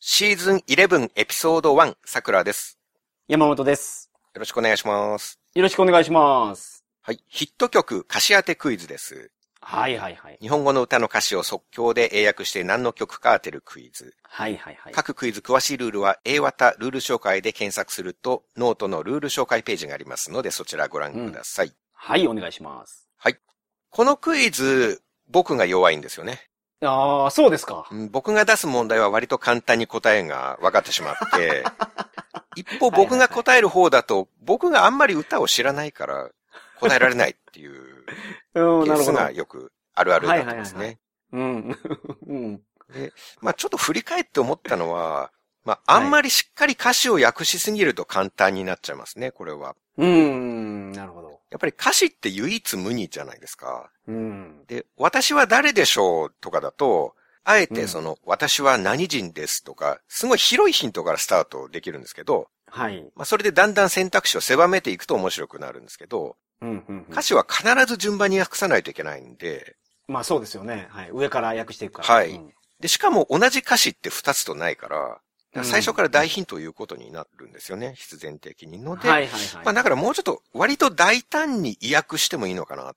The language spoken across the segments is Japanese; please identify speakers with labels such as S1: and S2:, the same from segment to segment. S1: シーズン11エピソード1、桜です。
S2: 山本です。
S1: よろしくお願いします。
S2: よろしくお願いします。
S1: はい。ヒット曲歌詞当てクイズです。
S2: はいはいはい。
S1: 日本語の歌の歌詞を即興で英訳して何の曲か当てるクイズ。
S2: はいはいはい。
S1: 各クイズ詳しいルールは A 型ルール紹介で検索するとノートのルール紹介ページがありますのでそちらご覧ください。
S2: はい、お願いします。
S1: このクイズ、僕が弱いんですよね。
S2: ああ、そうですか
S1: う。ん僕が出す問題は割と簡単に答えが分かってしまっ て、一方
S2: はいはい
S1: 僕が答える方だと、僕があんまり歌を知らないから答えられないって いうケ
S2: うん、な
S1: ー
S2: る
S1: ス
S2: ほど。
S1: がよくあるあるだったんです
S2: はいはい
S1: ね。
S2: うん。 うん。
S1: まあちょっと振り返って思ったのは、まああんまりしっかり歌詞を訳しすぎると簡単になっちゃいますね、これは。
S2: うん、なるほど。
S1: やっぱり歌詞って唯一無二じゃないですか。
S2: うん。
S1: で、私は誰でしょうとかだと、あえてその、私は何人ですとか、すごい広いヒントからスタートできるんですけど、
S2: はい。
S1: まあ、それでだんだん選択肢を狭めていくと面白くなるんですけど、
S2: うん、うん。
S1: 歌詞は必ず順番に訳さないといけないんで、
S2: まあそうですよね。はい。上から訳していくから。
S1: はい
S2: うん
S1: で、しかも同じ歌詞って二つとないから、だから最初から大ヒントを言うことになるんですよね、必然的に。ので、
S2: はいはいはい。
S1: まあだからもうちょっと割と大胆に意訳してもいいのかな。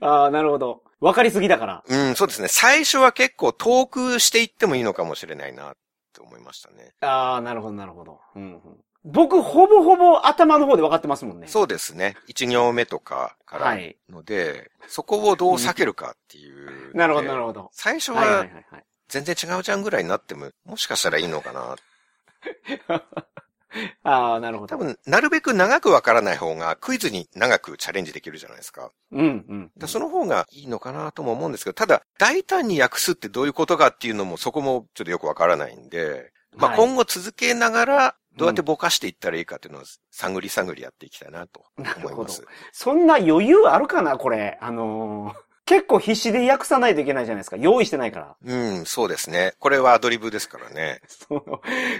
S2: ああ、なるほど。わかりすぎだから。
S1: うん、そうですね。最初は結構遠くしていってもいいのかもしれないなって思いましたね。
S2: ああ、なるほどなるほど。うん、うん。僕、ほぼほぼ頭の方でわかってますもんね。う。
S1: そうですね。一行目とかか
S2: は
S1: ら
S2: い。
S1: ので、そこをどう避けるかっていう。
S2: なるほどなるほど。
S1: 最初
S2: はいは
S1: はい
S2: はいはい。
S1: 全然違うじゃんぐらいになっても、もしかしたらいいのかな。
S2: ああ、なるほど。
S1: 多。分、なるべく長くわからない方が、クイズに長くチャレンジできるじゃないですか。だか
S2: うん、うん。
S1: らその方がいいのかなとも思うんですけど、ただ、大胆に訳すってどういうことかっていうのも、そこもちょっとよくわからないんで、まあ、
S2: はい
S1: 今後続けながら、どうやってぼかしていったらいいかっていうのを、探り探りやっていきたいなと思います。
S2: そんな余裕あるかなこれ。あのー結構必死で訳さないといけないじゃないですか。用意してないから。
S1: うん、そうですね。これはアドリブですからね。
S2: その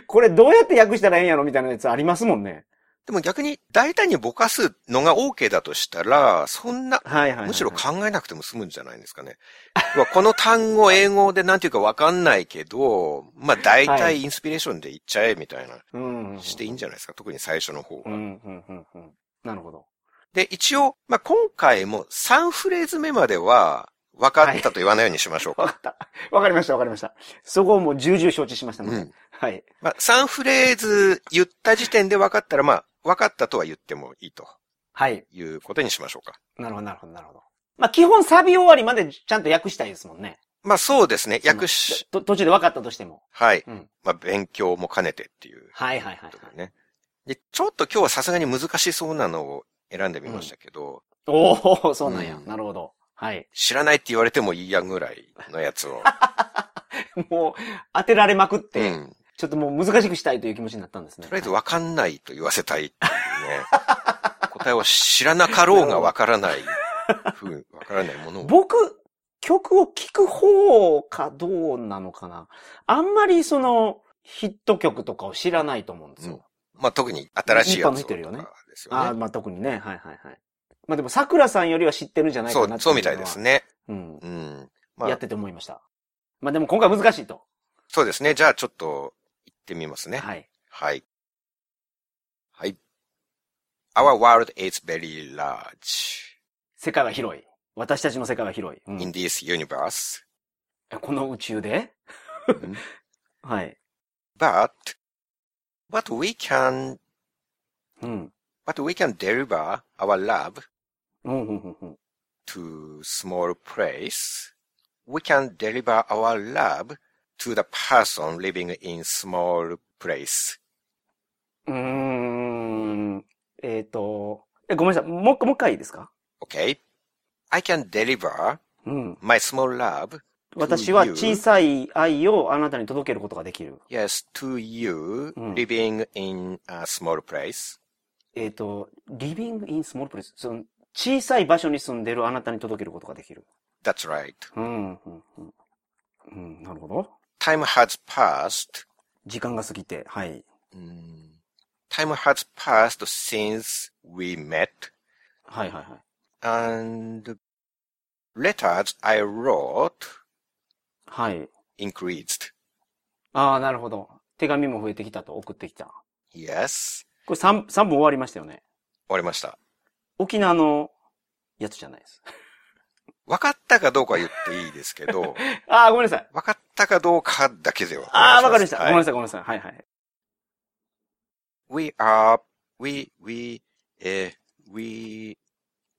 S2: これどうやって訳したらええんやろみたいなやつありますもんね。
S1: でも逆に、大胆にぼかすのが OK だとしたら、そんな
S2: はいはいはい、はい。
S1: むしろ考えなくても済むんじゃないですかね。まあこの単語、英語でなんていうかわかんないけど、まあ大
S2: は
S1: 体
S2: い
S1: インスピレーションで言っちゃえみたいな、
S2: うんうんうん。
S1: していいんじゃないですか。特に最初の方
S2: うん
S1: は。
S2: うんうんうん。なるほど。
S1: で、一応、まあ今回も3フレーズ目までは、分かったと言わないようにしましょう
S2: わ
S1: か。
S2: かった。わかりましたわかりました。そこをもう重々承知しましたので。
S1: うん
S2: はい。
S1: まあ3フレーズ言った時点で分かったら、まあ分かったとは言ってもいいと
S2: はい。
S1: いうことにしましょうか。
S2: なるほどなるほどなるほど。まあ基本サビ終わりまでちゃんと訳したいですもんね。
S1: まあそうですね。訳し、
S2: と途中で分かったとしても。
S1: はい。
S2: うん。
S1: まあ勉強も兼ねてっていう。
S2: はいはいはい、はい
S1: と。かね。で、ちょっと今日はさすがに難しそうなのを選んでみましたけど、
S2: おおそうなんや、
S1: うん
S2: なるほど。はい。
S1: 知らないって言われてもいいやぐらいのや つを。
S2: もう、当てられまくっ
S1: う
S2: て、
S1: ん。
S2: ちょっともう難しくしたいという気持ちになったんですね。
S1: とりあえず
S2: はい
S1: わかんないと言わせたいっていうね。答えを知らなかろうがわからないふう、わからないものを。
S2: 僕、曲を聴く方かどうなのかな。あんまりその、ヒット曲とかを知らないと思うんですよ。
S1: うんまあ特に新しいや
S2: 一般の
S1: つを
S2: 人いるよね
S1: とかです
S2: ああ、
S1: よね。
S2: まあ特にね。はいはいはい。まあでも、桜さんよりは知ってるんじゃないか
S1: そ
S2: なっ
S1: う、
S2: て
S1: そうみたいですね。
S2: ね。うん。
S1: うん。ま
S2: やっ
S1: あ、
S2: てて思いました。まあでも今回難しいと。
S1: そうですね。じゃあちょっと行ってみますね。
S2: はい。
S1: はい。はい。Our world is very large.
S2: 世界は広い。私たちの世界は広い。うん
S1: in this universe.
S2: この宇宙で はい。
S1: but what we can,
S2: うん。
S1: what we can deliver our love
S2: うん、うん、うんうん。
S1: to small place, we can deliver our love to the person living in small place.
S2: うーん。えっ、と、え、ごめんなさい。もう一回、もう一回いいですか
S1: Okay? I can deliver
S2: うん。
S1: my small love,
S2: 私は
S1: you.
S2: 小さい愛をあなたに届けることができる。
S1: yes, to you
S2: Mm.
S1: living in a small place.
S2: えっ、と、living in small place. その、小さい場所に住んでるあなたに届けることができる。
S1: That's right.
S2: うん、うん、うん。うん、なるほど。
S1: Time has passed.
S2: 時間が過ぎて、はい。
S1: Mm. Time has passed since we met.
S2: はいはいはい。
S1: and letters I wrote
S2: はい。
S1: increased.
S2: ああ、なるほど。手紙も増えてきたと送ってきた。
S1: Yes.
S2: これ3、三本終わりましたよね。
S1: 終わりました。
S2: 沖縄のやつじゃないです。
S1: 分かったかどうかは言っていいですけ ど、
S2: ああ、ごめんなさい。
S1: 分かったかどうかだけでは。
S2: ああ、わかりました。ごめんな
S1: さい。
S2: さい、ごめんなさい。はいはい。
S1: We are, we, we, えー we,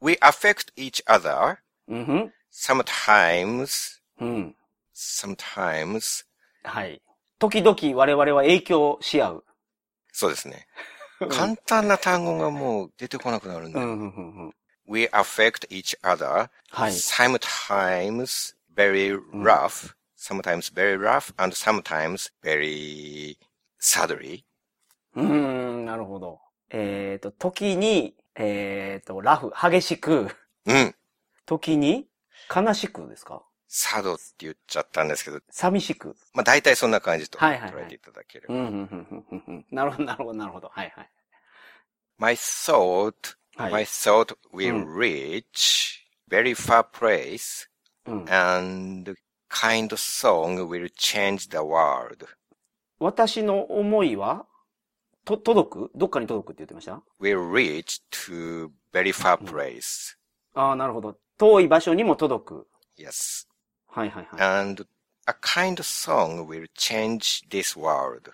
S1: we affect each other
S2: うんふん。
S1: sometimes,
S2: うん。
S1: sometimes,
S2: はい。時々我々は影響し合う。
S1: そうです ね。簡単な単語がもう出てこなくなるん
S2: う
S1: で。
S2: ん、うん、うん、うん。
S1: We affect each other
S2: はい。
S1: sometimes very
S2: Mm.
S1: rough, sometimes very rough, and sometimes very sadly.
S2: うーん、なるほど。えっ、と、時に、えっ、と、ラフ、激しく、
S1: うん。
S2: 時に、悲しくですか
S1: sad って言っちゃったんですけど、
S2: 寂しく。
S1: まあ大体そんな感じと
S2: はいはいはい
S1: 捉えていただければ。
S2: うん、うん、うん、うんうん。なるほど、なるほど、なるほど。はい、はい。
S1: My thought,
S2: は
S1: my
S2: い。
S1: thought will
S2: うん
S1: reach very far place
S2: うん、
S1: and kind song will change the world.
S2: 私の思いは、と、届くどっかに届くって言ってました
S1: will reach to very far
S2: Mm.
S1: place.
S2: ああ、なるほど。遠い場所にも届く。
S1: Yes.
S2: はいはいは
S1: and a kind song will change this world.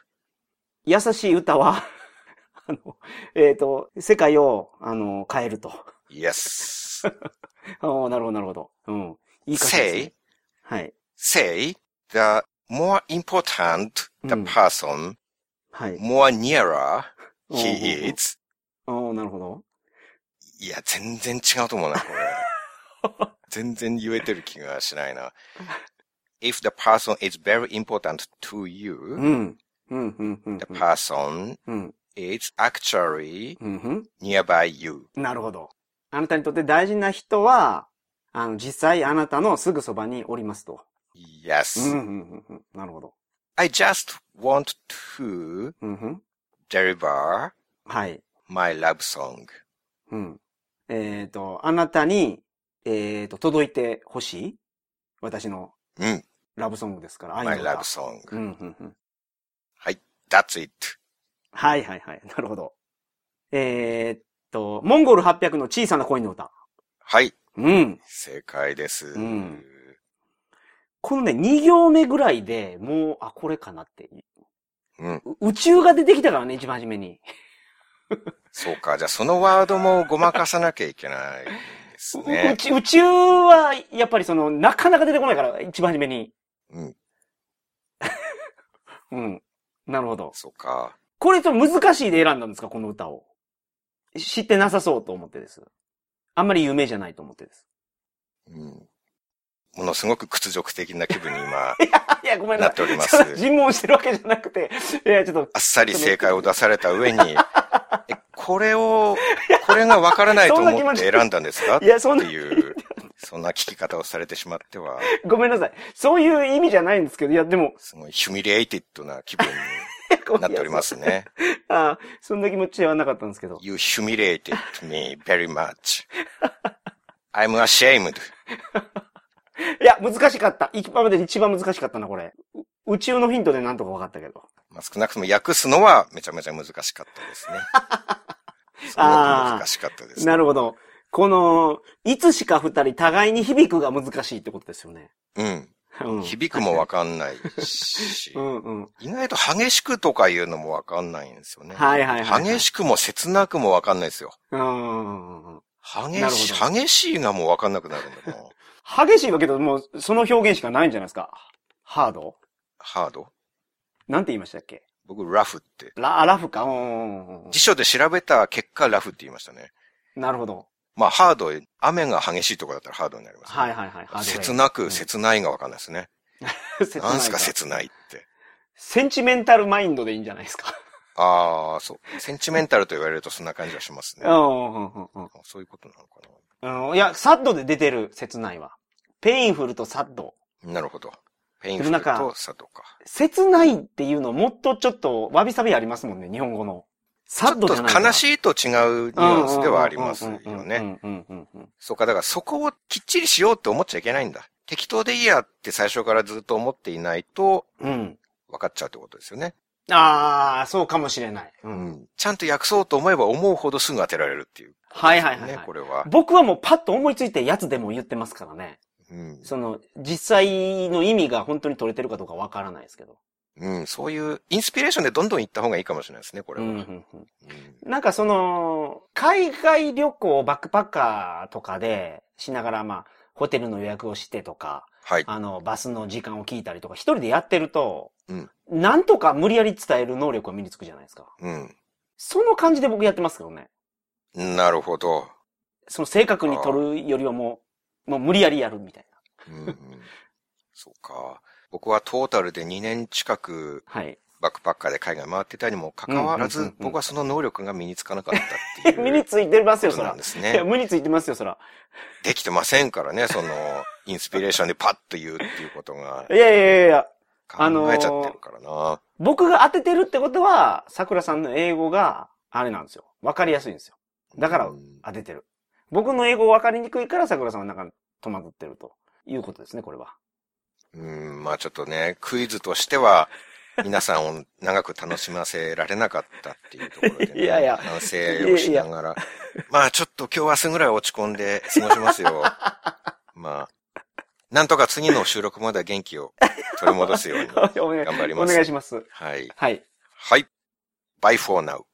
S2: い。優しい歌は、 あの、えっ、と、世界を、あの、変えると。
S1: Yes.
S2: ああ、なるほど、なるほど。うん。いい歌詞です、ね
S1: say,。
S2: はい。
S1: say the more important the
S2: うん
S1: person,
S2: はい。
S1: more nearer
S2: うんうん
S1: he
S2: うん
S1: is.
S2: ああ、なるほど。
S1: いや、全然違うと思うな、これ。全然言えてる気がしないな。If the person is very important to
S2: う
S1: you,
S2: ん。うん、うん、うん
S1: the。person
S2: うん、
S1: is actually
S2: うん、うん。
S1: nearby you.
S2: なるほど。あなたにとって大事な人は、あの、実際あなたのすぐそばにおりますと。
S1: Yes.
S2: うん、うん、うんうん。なるほど。
S1: I just want to
S2: うん、うん。
S1: deliver
S2: はい。
S1: My Love Song.
S2: うん。えっ、と、あなたに、えっ、と、届いてほしい私の
S1: うん。
S2: ラブソングですから、
S1: My
S2: 愛の歌
S1: Love。Song.
S2: うん、うん、うん。
S1: That's it.
S2: はい、はい、はい。なるほど。えっと、モンゴル800の小さな恋の歌。
S1: はい。
S2: うん。
S1: 正解です。
S2: んこのね、2行目ぐらいでもう、あ、これかなって。
S1: うん
S2: う宇宙が出てきたからね、一番初めに。
S1: そうか。じゃあそのワードもごまかさなきゃいけないんです
S2: 宇
S1: ね。
S2: 宙宇宙は、やっぱりその、なかなか出てこないから、一番初めに。
S1: うん。
S2: うん。なるほど。
S1: そうか。
S2: これちょっと難しいで選んだんですかこの歌を。知ってなさそうと思ってです。あんまり有名じゃないと思ってです。
S1: うん。ものすごく屈辱的な気分に今、
S2: いや、いやごめんな
S1: な
S2: さ
S1: っ
S2: い。
S1: ておりま
S2: そ
S1: す
S2: れ。尋問してるわけじゃなくて、いや、ちょっと、
S1: あっさり正解を出された上に、え、これを、これがわからないと思
S2: そんな
S1: っ
S2: 気
S1: て
S2: 持ち
S1: 選んだんですかっ
S2: い
S1: て
S2: や、そんな、
S1: いう、そんな聞き方をされてしまっては、
S2: ごめんなさい。そういう意味じゃないんですけど、いや、でも、
S1: すごいヒュミリエイティッドな気分
S2: ご
S1: に
S2: めん
S1: なっておりますね。
S2: ああ、そんな気持ちではなかったんですけど。
S1: You humiliated me very much. I'm ashamed.
S2: いや、難しかった。今までで一番難しかったな、これ。う宇宙のヒントでなんとか分かったけど。
S1: まあ、少なくとも訳すのはめちゃめちゃ難しかったです ね。すごく難しかったです、
S2: なるほ
S1: ど。
S2: ど。この、いつしか二人互いに響くが難しいってことですよね。
S1: うん。
S2: うん。
S1: 響くもわかんないし
S2: う、んうん。
S1: 意外と激しくとかいうのもわかんないんですよね。
S2: はいはいはいはい
S1: 激しくも切なくもわかんないですよ。
S2: うん。な
S1: 激
S2: る
S1: し、
S2: ほ
S1: 激しいがもうわかんなくなるんだもん。
S2: 激しいわけど、もう、その表現しかないんじゃないですか。ハード
S1: ハード
S2: なんて言いましたっけ
S1: 僕、ラフって。
S2: ラ、ラフか。うんうんうんうん
S1: 辞書で調べた結果、ラフって言いましたね。
S2: なるほど。
S1: まあ、ハード、雨が激しいとこだったらハードになりますね、
S2: はいはいはい。ハード
S1: 切な
S2: うん
S1: く、切ないがわかんないですね。
S2: 切ない
S1: なんすか切ないって。
S2: センチメンタルマインドでいいんじゃないですか。
S1: ああ、そう。センチメンタルと言われるとそんな感じがします
S2: うん
S1: ね。
S2: うんうんうん。
S1: そういうことなのか
S2: うん、いや、サッドで出てる、切ないは。ペインフルとサッド。
S1: な。なるほど。ペイン
S2: で
S1: フ
S2: も
S1: ル
S2: なんか
S1: と佐藤か。
S2: 切ないっていうのもっとちょっと、わびさびありますもんね、日本語の。サ
S1: ちょ
S2: ッ
S1: っ
S2: ド
S1: と
S2: じゃないかな。
S1: 悲しいと違うニュアンスではありますよ
S2: うんうんうん
S1: ね。
S2: うんうんうんうんうんうん。
S1: そうか、だからそこをきっちりしようって思っちゃいけないんだ。適当でいいやって最初からずっと思っていないと
S2: うん。
S1: 分かっちゃうってことですよね。
S2: ああ、そうかもしれない。う。
S1: うんん。ちゃんと訳そうと思えば思うほどすぐ当てられるっていう、
S2: はいはいはい、
S1: ね、
S2: はい
S1: こ。れは。
S2: 僕はもうパッと思いついたやつでも言ってますからね。
S1: うん。
S2: その、実際の意味が本当に取れてるかどうかわからないですけど。
S1: うん。そういう、インスピレーションでどんどん行った方がいいかもしれないですね、これ
S2: う
S1: は。
S2: んう
S1: うん
S2: んうんなんかその、海外旅行、バックパッカーとかでしながら、まあ、ホテルの予約をしてとか、
S1: はい。
S2: あの、バスの時間を聞いたりとか、一人でやってると、
S1: うん
S2: なんとか無理やり伝える能力が身につくじゃないですか。
S1: うん。
S2: その感じで僕やってますけどね。
S1: なるほど。
S2: その正確に取るよりはもう、もう無理やりやるみたいな。
S1: うんうん、そうか。僕はトータルで2年近く
S2: はい。
S1: バックパッカーで海外回ってたにもかかわら
S2: うんうん
S1: ず
S2: うん、うん
S1: 僕はその能力が身につかなかったっていう。
S2: 身についてますよ、
S1: こ
S2: そ
S1: とな
S2: ら
S1: んで。す
S2: いや、
S1: ね。
S2: 身についてますよ、そら。
S1: できてませんからね、その、インスピレーションでパッと言うっていうことが
S2: いやいやいやいや。あの
S1: 考
S2: ー
S1: えちゃってるからな。
S2: 僕が当ててるってことは、桜さんの英語が、あれなんですよ。わかりやすいんですよ。だから
S1: うん
S2: 当ててる。僕の英語わかりにくいから、桜さんはなんか戸惑ってるということですね、これは。
S1: うん、まあちょっとね、クイズとしては、皆さんを長く楽しませられなかったっていうところで、ね、
S2: いやいや
S1: 反省をしながら、まあちょっと今日明日ぐらい落ち込んで過ごしますよ。まあ、なんとか次の収録までは元気を取り戻すように
S2: お願い
S1: 頑張り
S2: お
S1: ます。
S2: 願いします。
S1: はい。
S2: はい。
S1: はい。Bye for now.